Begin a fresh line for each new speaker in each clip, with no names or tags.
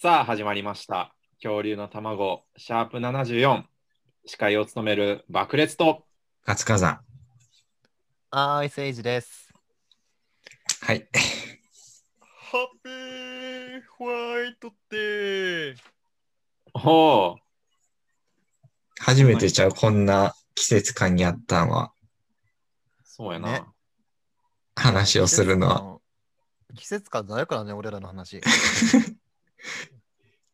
さあ始まりました恐竜の卵シャープ74司会を務める爆裂と
活火山。
アイスエイジです。
はい。
ハッピーホワイトデー
おお
初めてちゃう、こんな季節感にあったんは、
そうやな、
ね
話をするの は。
季節感ないからね、俺らの話。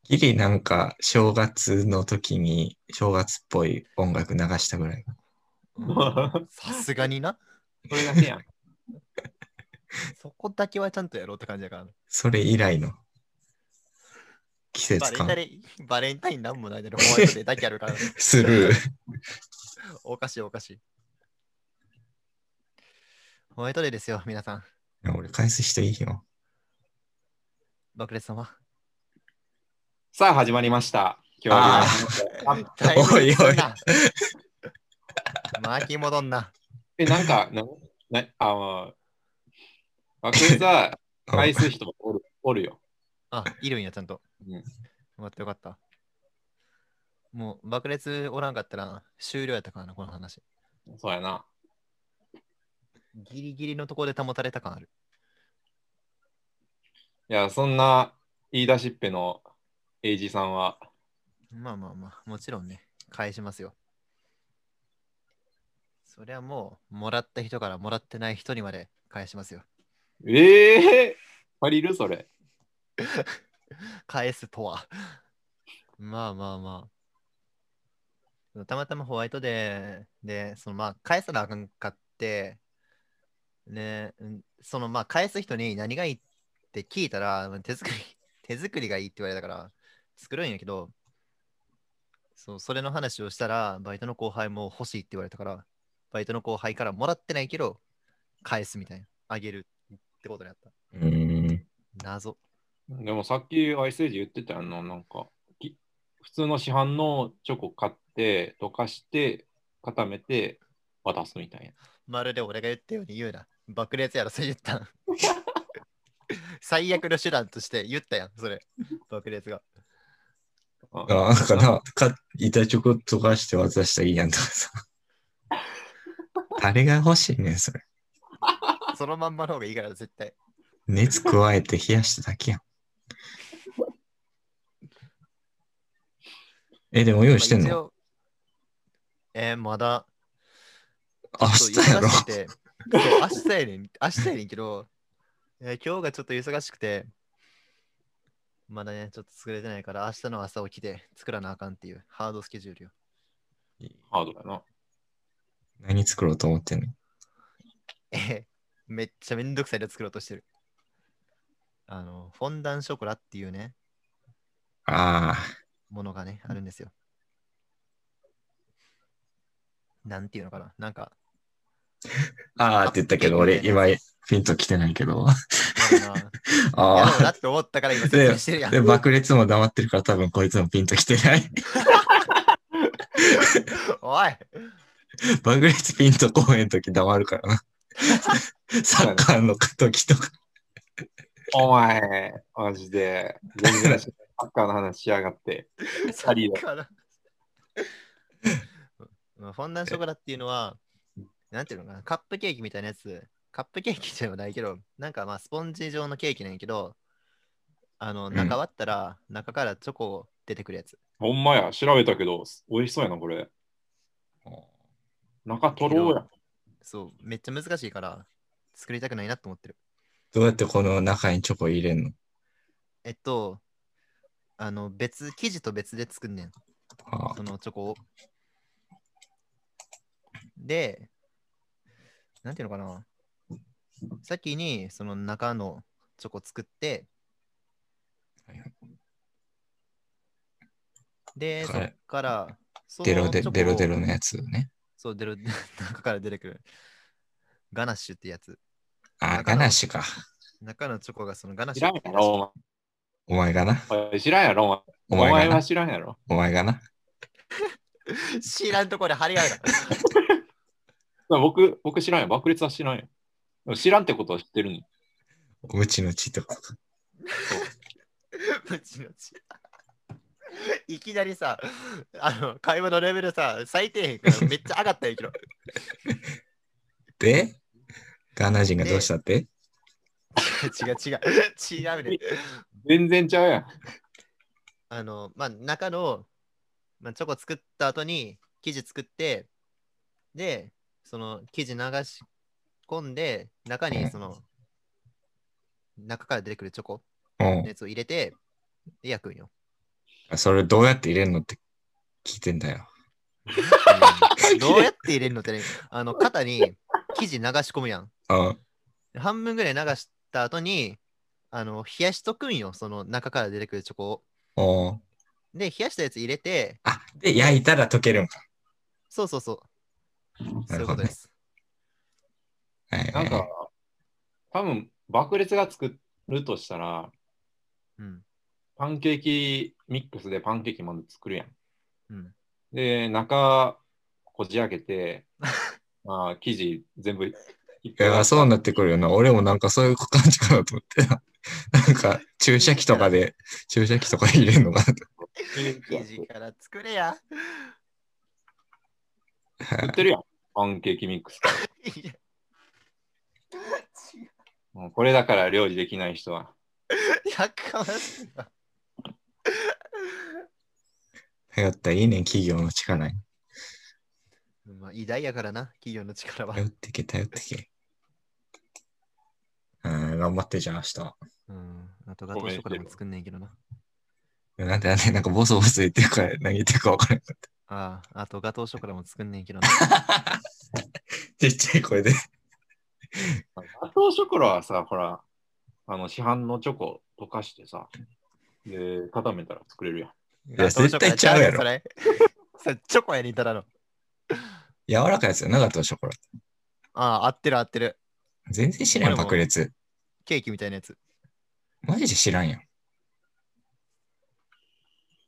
ギリなんか、正月の時に、正月っぽい音楽流したぐらい。
さすがに な。
それだけやん
そこだけはちゃんとやろうって感じだからね。
それ以来の季
バ
節
レン
感
タ。イン、バレンタインなんもないのにホワイトデーだけあるからね、
スルー。
おかしいおかしい。ホワイトデーですよ、皆さん。
俺、返す人いいよ。
爆裂様。
さあ始まりました恐竜
あ
の卵あ
だぶ
おいおい
そんな。巻き戻んな。
えなんかななあの爆裂は
うん
返す人もおるおるよ
あ、いるんや、ちゃんと。
うん
よかったよかった。もう爆裂おらんかったら終了やったからな、この話。
そうやな
ギリギリのところで保たれた感ある。
いやそんな言い出しっぺのエイジさんは
まあまあまあ、もちろんね、返しますよ。そりゃもう、もらった人からもらってない人にまで返しますよ。
ええー、借りるそれ
返すとは。 まあまあまあ。たまたまホワイトデーで、そのまあ返さなあかんかって、ね、うんそのまあ返す人に何がいいって聞いたら、手作り、 手作りがいいって言われたから、作るんやけど、そう、それの話をしたら、バイトの後輩も欲しいって言われたから、バイトの後輩からもらってないけど、返すみたいな、あげるってことになった。
うーん。
謎。
でもさっきアイスエイジ言ってたよな、なんか、き普通の市販のチョコ買って、溶かして、固めて、渡すみたい
まるで俺が言ったように言うな。爆裂やろ、それ言っ たん。最悪の手段として言ったやん、それ。爆裂が。
な。あ
あ、なんかな、か、板チョコ溶かして渡したらいいやんとかさ。誰が欲しいねん、それ。
そのまんまの方がいいから、絶対。
熱加えて冷やしただけやん。え、でも用意してんの
まあ一応えー、まだ。
明
ちょっ
日
と
やろ
忙しくてそう明日やねん、明日やねんけど、えー今日がちょっと忙しくて、まだね、ちょっと作れてないから、明日の朝起きて作らなあかんっていうハードスケジュールよ。
ハードだな。
何作ろうと思ってんの
えへめっちゃめんどくさいで作ろうとしてる。あの、フォンダンショコラっていうね、
ああ、
ものがね、あるんですよ。なんていうのかなな んか、
ああって言ったけど、俺今ピンと来てないけど。
なんかなやろうな
あ
って思ったから今説明してるや
あ。
ん。
で、爆裂も黙ってるから多分こいつもピンと来て ない。
おい
爆裂ピンと公演の時黙る からな。サッカーの時とか。
お前、マジで、全然知らないサッカーの話しやがって。
サ
リーだ
だ。まあフォンダンショコラっていうのは、なんていうのかな、カップケーキみたいなやつ、カップケーキではないけど、なんかまあスポンジ状のケーキなんやけど、あの、
ん
中割ったら、中からチョコ出てくるやつ。
ほんまや、調べたけど、美味しそうやな、これ。中とろうや。
そう、めっちゃ難しいから、作りたくないなと思ってる。
どうやってこの中にチョコ入れんの
えっと、あの、別、生地と別で作んねん。
あ
そのチョコを。で、なんていうのかな。先にその中のチョコ作って
はいは、
で、そ
はい
っから、そ
あ、デ
の
ロデ
チョコを
デロデロのやつね。
そう、デロ、 中から出てくる。ガナッシュってやつ。
ああ、ガナッシュか。
中のチョコがそのガナッ
知
シュ
ら
っ
ん
て
や
やつ
ろ、
お前がな。
お前。おい知らんやろ、お
お
前。お
前
前
が
は
な。
知らんやろ。
お前がな。
知らんとこで張り合うな。
僕、僕知らんよ。爆裂は知らんよ。でも知らんってことは知ってるの。
ムチムチとか。
ガチガチ。いきなりさ、あの、会話のレベルさ、最低限からめっちゃ上がったよ、 昨日。
で、ガーナ人がどうしたって
違う違う。違うね。
全然ちゃうやん。
あの、まあ、中の、まあ、チョコ作った後に生地作って、で、その生地流し込んで、中にその、中から出てくるチョコ
うん
のやつを入れて、で焼く んよ。
それどうやって入れるのって聞いてんだよ。
どうやって入れるのってね、あの、肩に生地流し込むやん。
あ
半分ぐらい流した後に、あの、冷やしとくんよ、その中から出てくるチョコを。
お
で、冷やしたやつ入れて、
あ、で、焼いたら溶けるんか。
そうそうそう。そ
な
うい
る
う
ほど
こと
ね
です。
はいは
ないん
はい
か、多分爆裂が作るとしたら、
うん。
パンケーキミックスでパンケーキまず作るやん。
うん。
で、中、こじ開け て、まあ、生地全部いっ
いや、そうな
な
ってくるよな。俺もなんかそういう感じかなと思って な。なんか、注射器とかで、注射器とか入れるのかなと。
生地から作れや。
売ってるやん。パンケーキミックス。
いや
もうこれだから料理できない人は。
やかましいわ
頼ったらいいねん、企業の力に。
まあ、偉大やからな、企業の力は。
頼ってけ、頼ってけ。うん、頑張ってじゃあ明日。
うん。あと、ガトーショコラも作んねんけどな。
なんでなんで、なんかボソボソ言ってるから何言ってるか分からんかっ
ああ、あと、ガトーショコラも作んねんけどな。
た。ちっちゃい声で。
ガトーショコラはさ、ほら、あの市販のチョコ溶かしてさ、で、固めたら作れるやん。
や絶対ちゃうやろ
ガトーショコラちゃうやろそれそれチョコやねんただの。
柔らかいやつよなかったショコラ。
ああ、合ってる合ってる。
全然知らんよ、
俺も
爆裂。
ケーキみたいなやつ。
マジで知らんよ。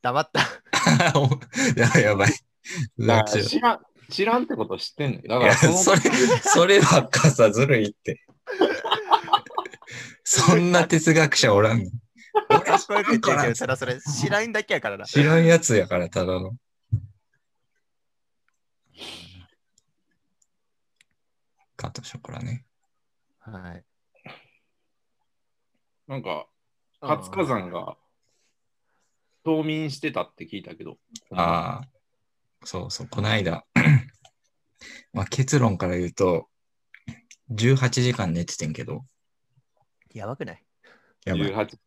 黙った。
やばいやばい。
だ
ど
か
う
ら
しよ
知らん、知らんってこと知ってんねん。だ
う
か
いや
らその、
それ、そればっかさ、ずるいって。そんな哲学者おらんの。
かっこよく言ってるけど、ただそれ知らんだけやからな。
知らんやつやから、ただの。ガトーショコラね。
はい。
なんか、活火山が冬眠してたって聞いたけど。
ああ、そうそう、この間。 まあ結論から言うと、18時間寝ててんけど、
やばくない
やばい。
18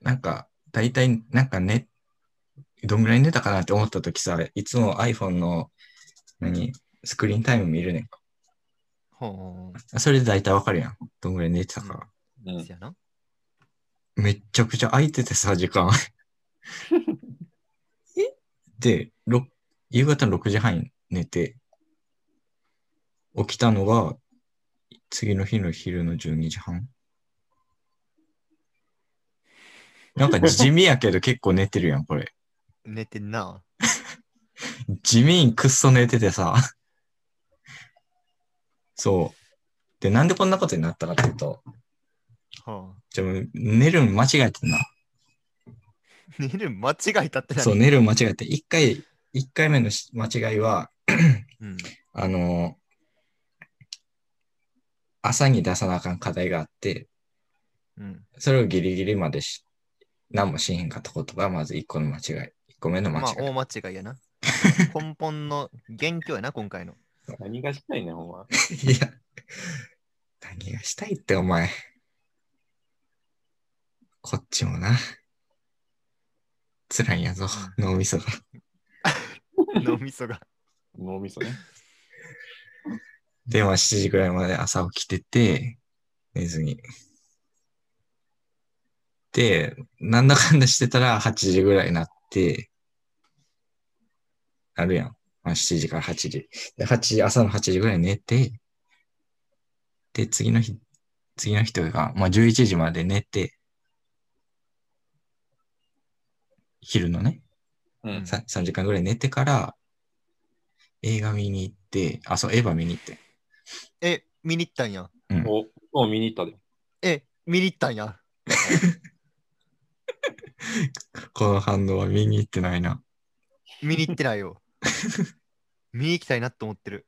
なんか、大体、なんかね、どんぐらい寝たかなって思ったときさ、いつも iPhone の、何、スクリーンタイム見るねんか。
ほうほう
それで大体わかるやん。どんぐらい寝てたか。
う
ほう。
ん
せやな。
めっちゃくちゃ空いててさ、時間。えで、ろ夕方の6時半に寝て、起きたのが、次の日の昼の12時半。なんか地味やけど結構寝てるやん、これ。
寝てんな。
地味にくっそ寝ててさ。そう。で、なんでこんなことになったかっていうと、
はあ、
ちょ寝るん間違えてんな。
寝る間違いたってない。
そう、寝るん間違えて。一回、一回目のし間違いは、
うん。
あの朝に出さなあかん課題があって、
うん。
それをギリギリまでし、何もしへんかったことが、まず一個の間違い。一個目の間
まあ、
違い。
大間違いやな。根本の元凶やな、今回の。
何がしたいねん、ほんま。
いや、何がしたいって、お前。こっちもな。辛いんやぞ、脳みそが。
脳みそが。
脳みそね。
で、まあ7時ぐらいまで朝起きてて、寝ずに。で、なんだかんだしてたら8時ぐらいになって、あるやん。まあ、7時から8時。で、8時、朝の8時ぐらいに寝て、で、次の日、次の日というか、まあ11時まで寝て、昼のね、
うん。
さ3時間ぐらい寝てから、映画見に行って、あ、そう、エヴァ見に行って。
え、見に行ったんや。
お、お見に行ったで。
え、見に行ったんや。ください。
この反応は見に行ってないな。
見に行ってないよ。見に行きたいなと思ってる。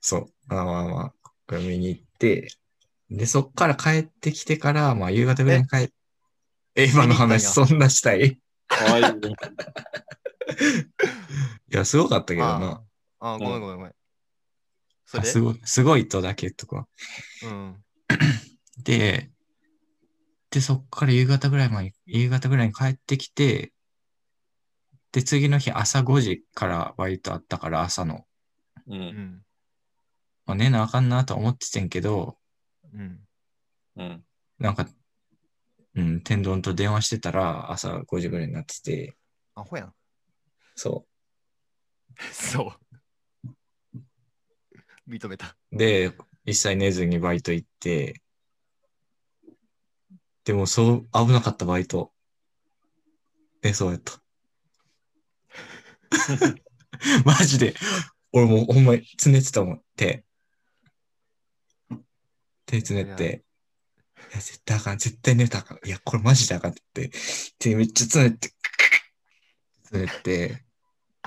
そう。まあまあまあ、これ見に行って、で、そっから帰ってきてから、まあ、夕方ぐらいに帰って、え、今の話、
見に行
そんなしたい。い
かわいいね。
や、すごかったけど
あ
な。
ああ、ごめんごめんごめん。そ
あ
れ
す
で、
ごい、すごいとだけとか。
うん。
で、で、そっから夕方ぐらいまで、夕方ぐらいに帰ってきて、で、次の日朝5時からバイトあったから、朝の。
う。
うんん。
まあ、寝なあかんなとは思っててんけど、
うん。
うん。
なんか、うん、天丼と電話してたら、朝5時ぐらいになってて、
アホやん。
そ
そう。認めた。
う。で、一切寝ずにバイト行って、でも、そう、危なかったバイト。え、そうやった。 マジで、俺もうほんまにつねってたもん、手。手つねって。い
いや
や、絶対あかん、絶対寝たらあかん。いや、これマジであかんって言って、手めっちゃつねって、つねって、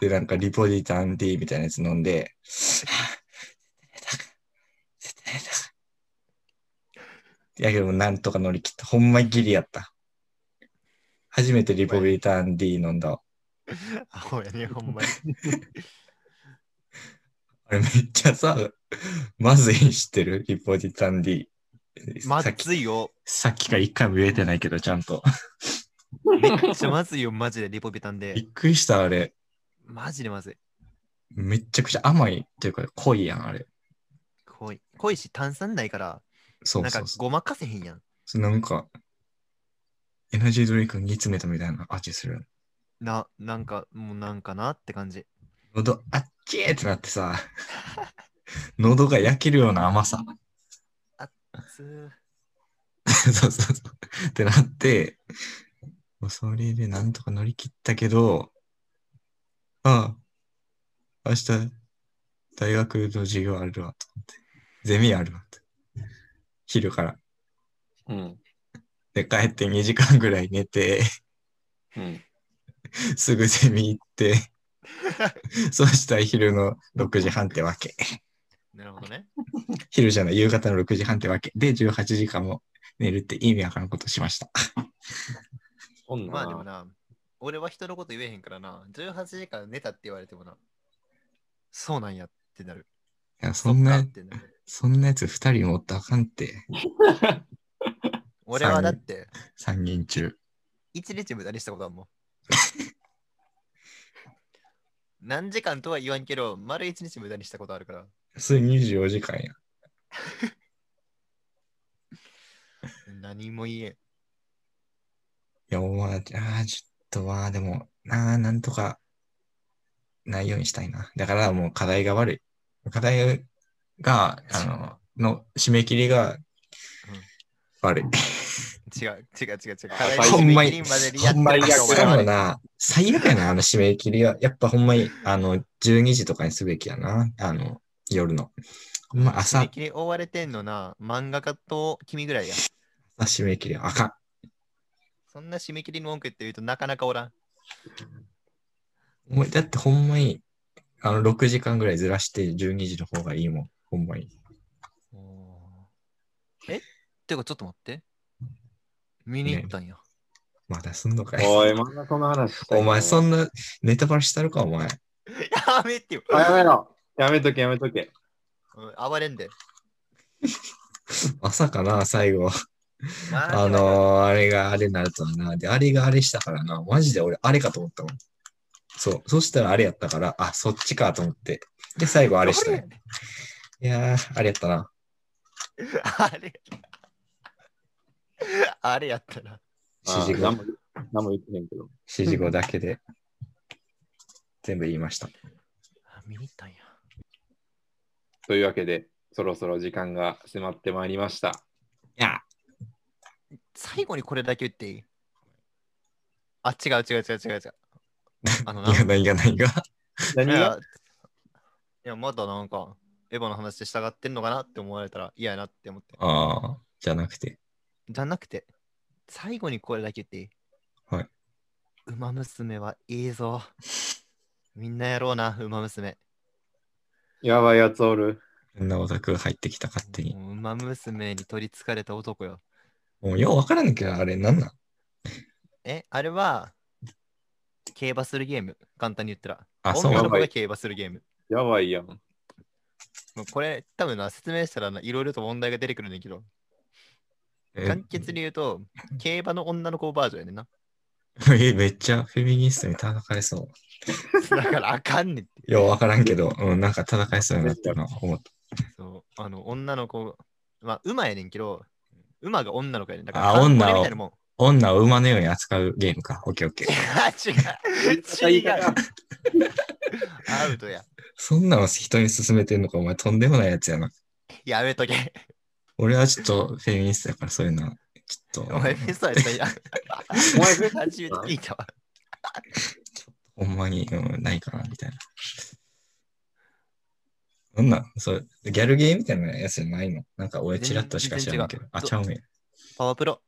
で、なんかリポジタン D みたいなやつ飲んで、絶対寝たらあかん。絶対寝たらあかん。いや、けどなんとか乗り切った。ほんまギリやった。初めてリポビタン D 飲んだわ。
アホや ね、ほんまに。
あれめっちゃさ、まずいん知ってるリポジタン D。
ま
さっき
ずいよ。
さっきから一回も言えてないけど、ちゃんと。
めっちゃまずいよ、マジで、リポビタン
びっ
で。
くりした、あれ。
マジでまずい。
めっちゃくちゃ甘いっていうか、濃いやん、あれ。
濃い。濃いし、炭酸ないから、
そう
な
そ
ん
う
か
そ
ごまかせへんやん。
う。なんか、エナジードリンク煮詰めたみたいな味する。
な、なんか、もうなんかなって感じ。
喉あっちーってなってさ、 喉が焼けるような甘さ。
つー
そうそうそう。ってなって、もうそれでなんとか乗り切ったけど、ああ、明日、大学の授業あるわ、と思って。ゼミあるわ、と。昼から。
うん。
で、帰って2時間ぐらい寝て、
うん。
すぐゼミ行って、そうしたら昼の6時半ってわけ。
なるほどね。
昼じゃない、夕方の6時半ってわけ。で、18時間も寝るって意味わからんことしました。
そんな
まあ
な
でもな、俺は人のこと言えへんからな、18時間寝たって言われてもな、そうなんやってなる。
いや、そんな
っかっ、てなる。
そんなやつ2人もおったらあかんって。
俺はだって、
3人中。
一日無駄にしたことはもう。 何時間とは言わんけど、丸一日無駄にしたことあるから。
それ24時間や。
何も言えん。
いや、まあ、あーちょっとまあ、でも、なあ、なんとか、ないようにしたいな。だからもう課題が悪い。課題が、あの、の締め切りが、悪い。
違う、違う、違う、
い
違う。課題
ほんまに
締め切りまでにや
ほ
って
んまに、しかも
るから俺はね
な、最悪やな、あの締め切りは。やっぱほんまに、あの、12時とかにすべきやな。あの、夜の。ほんま
締め
朝、
切り追われてんのな、漫画家と君ぐらいや。
朝締め切りはあかん。
そんな締め切りの文句って言うとなかなかおらん。
もうだってほんまに、あの、6時間ぐらいずらして12時の方がいいもん。ほんまに。
おーえてかちょっと待って。見に行ったんや。
まだすんのかい。
おい、真ん中の話したい
お前、そ
な。
んなネタバレしたるか、お前。
やめてよ。
あやめろ。やめとけ、やめとけ。
うん暴れんで。
まさかな、最後。あ
あ
のー、あれがあれになるとはな。で、あれがあれしたからな。マジで俺、あれかと思ったもん。そう。そしたらあれやったから、あ、そっちかと思って。で、最後あれしたよ。いやー、あれやったな。
あれあれやったな。
指示
あ
語
何。も何も言ってへんけど。
指示語だけで。全部言いました。
あ見に行ったんや。
というわけで、そろそろ時間が迫ってまいりました。
いや、
最後にこれだけ言っていいあ、違う違う違う違う違 う。あのな。
いや、何が何 が。
何
い
が
や、いやまだなんか、エヴァの話で従ってんのかなって思われたら嫌やなって思って。
ああ、じゃなくて。
じゃなくて、最後にこれだけ言っていい
はい。
ウマ娘はいい ぞ。みんなやろうな、ウマ娘。
やばいやつおる。
こんなオタクが入ってきた勝手に。
もうウマ娘に取りつかれた男よ。
もうようわからんけど、あれなんなん
え、あれは、競馬するゲーム。簡単に言ったら。
あ、そうな
女の
の
子が競馬するゲーム。
やばいやん。
もうこれ、多分な、説明したらないろいろと問題が出てくるんだけど、
え
簡潔に言うと、競馬の女の子バージョンやねんな。
え、めっちゃフェミニストに叩かれそ
だからあかんねんって。
う。ようわからんけど、うん、なんか叩かれそうになってるのは思った。
そう、あの、女の子、まあ、馬やねんけど、馬が女の子やねん。だか
あ
ら、観光
女を
ねみたいなもん。
女を馬のように扱うゲームか。オッケーオッケー。
あ、違う。違う。アウトや。
そんなの人に勧めてんのか、お前とんでもないやつやな。
やめとけ。
俺はちょっとフェミニストやから、そういうのは、ちょっと、
お前、そうやったんや。
お前フェ
初めて聞いたわ。
ほんまに、うん、ないかな、みたいな。そんなん、そう、ギャルゲーみたいなやつじゃないのなんか俺チラッとしか知らんけど
全。然違
あ、
う
ちゃうんや。
パワープロ。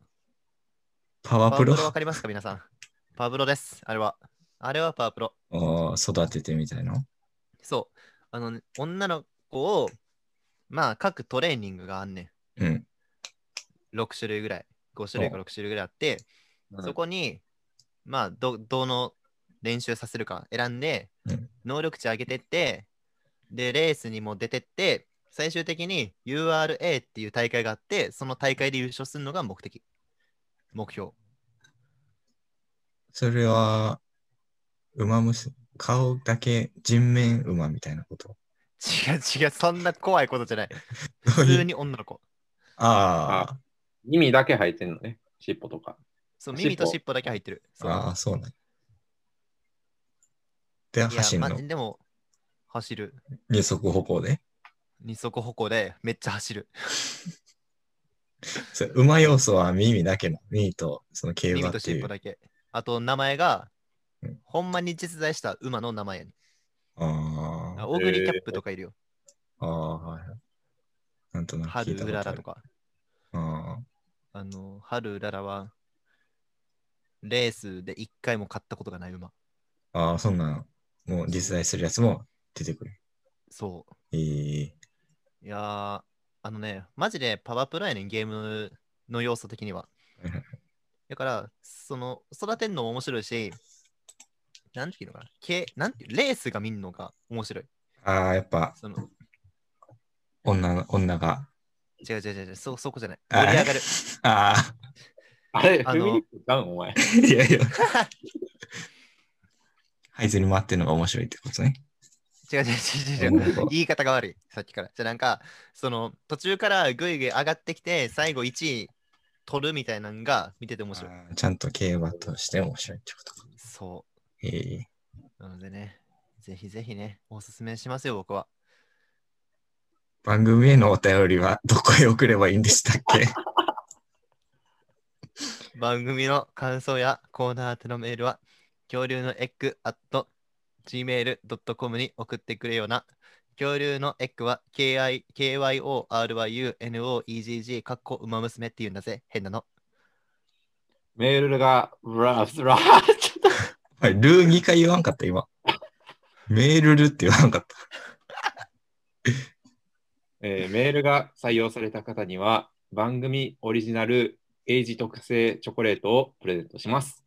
パ
パ
ワー
ワ
プ
ープ
ロ
ロわかりますか、皆さん。パワープロです。あれは。あれはパワープロ。
を育ててみたいな。
そう。あの、女の子を、まあ、各トレーニングがあんね
うん。
ん。6種類ぐらい。5種類か6種類ぐらいあって、そこに、まあ、ど、どの練習させるか選んで、
うん
能力値上げてって、で、レースにも出てって、最終的に URA っていう大会があって、その大会で優勝するのが目的。目標。
それは、馬娘、顔だけ人面馬みたいなこと。
違う違う、そんな怖いことじ ゃない。
どう
普
い
通
う
に女の子。
ああ
耳だけ入ってんのね。尻尾とか。
そう、
尻尾
耳と尻尾だけ入ってる。そう
ああ、そうなんやで、
いや
走ん
まあ
の、
でも、走る。
二足歩行で。
二足歩行でめっちゃ走る。
それ馬要素は耳だけの。耳とその競馬
耳
っ
と
てい
尻尾
う。
だけ。あと、名前が
うん、
ほんまに実在した馬の名前やね
あ
あ
あ、
オグリキャップとかいるよ。
ああ、はいはい。なんとなく
ハ
聞
ル
いたこ
ウ
と
ラ
あ
ラ
る
と。か。
あ
あの、ハルウララは、レースで一回も勝ったことがない馬。
あああ、そんなん、もう実在するやつも出てくる。
そ
ええ
う。いやー、あのね、マジでパワープロやねん、ゲームの要素的には
うんうん。
だから、その、育てんのも面白いし、なんていうのかな、けなんていうレースが見るのが面白い。
ああ、やっぱ
その
女の、女が。
違う違う違う違う、そそこじゃない。
あ
盛り上がる。
ああ。
あれ、フ
あ
ェ
の
ミニストダウンお 前。
いやいや。はいずり回ってるのが面白いってことね。
違う違う違う違う。言い方が悪い、さっきから。じゃあなんか、その途中からぐいぐい上がってきて、最後1位取るみたいなのが見てて面白い。
あーちゃんと競馬として面白いってことか。
そ
ええ
う。なのでね、ぜひぜひね、おすすめしますよ、僕は。
番組へのお便りはどこへ送ればいいんでしたっけ
番組の感想やコーナー宛てのメールは、恐竜のエッグ at gmail.com に送ってくれよな。恐竜のエッグは KI KYORYUNOEGG かっこ馬娘っていうんだぜ、変なの。
メールが、ブラス、ラー、ち ょっと
はいルー2回言わんかった、今。メールルって言わんかった。
えーメールが採用された方には、番組オリジナルエイジ特製チョコレートをプレゼントします。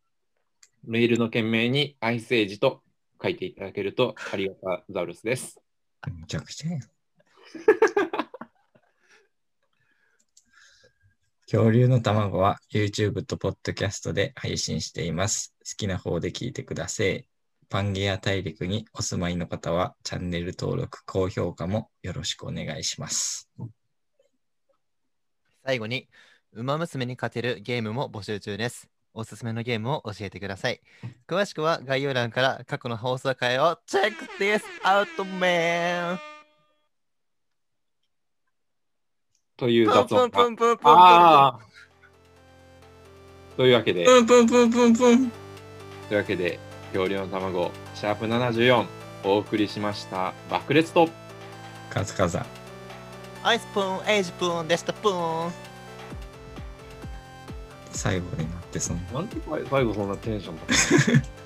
メールの件名にアイスエイジと書いていただけるとありがたザウルスです。
めちゃくちゃやん。恐竜の卵は YouTube と Podcast で配信しています。好きな方で聞いてください。パンゲア大陸にお住まいの方はチャンネル登録、高評価もよろしくお願いします。
最後に、馬娘に勝てるゲームも募集中です。おすすめのゲームを教えてください。詳しくは概要欄から過去の放送回をチェックです out, man!
という雑
プ
音
ンプ
が。
ンプンプンプンプン
あーというわけで、
プンプンプンプンプン。
というわけで、恐竜の卵、シャープ74、お送りしました。爆裂と、
カズカザ。
アイスプーン、エイジプーンでしたプーン
最後になって、その、
なんで最後そんなテンションだった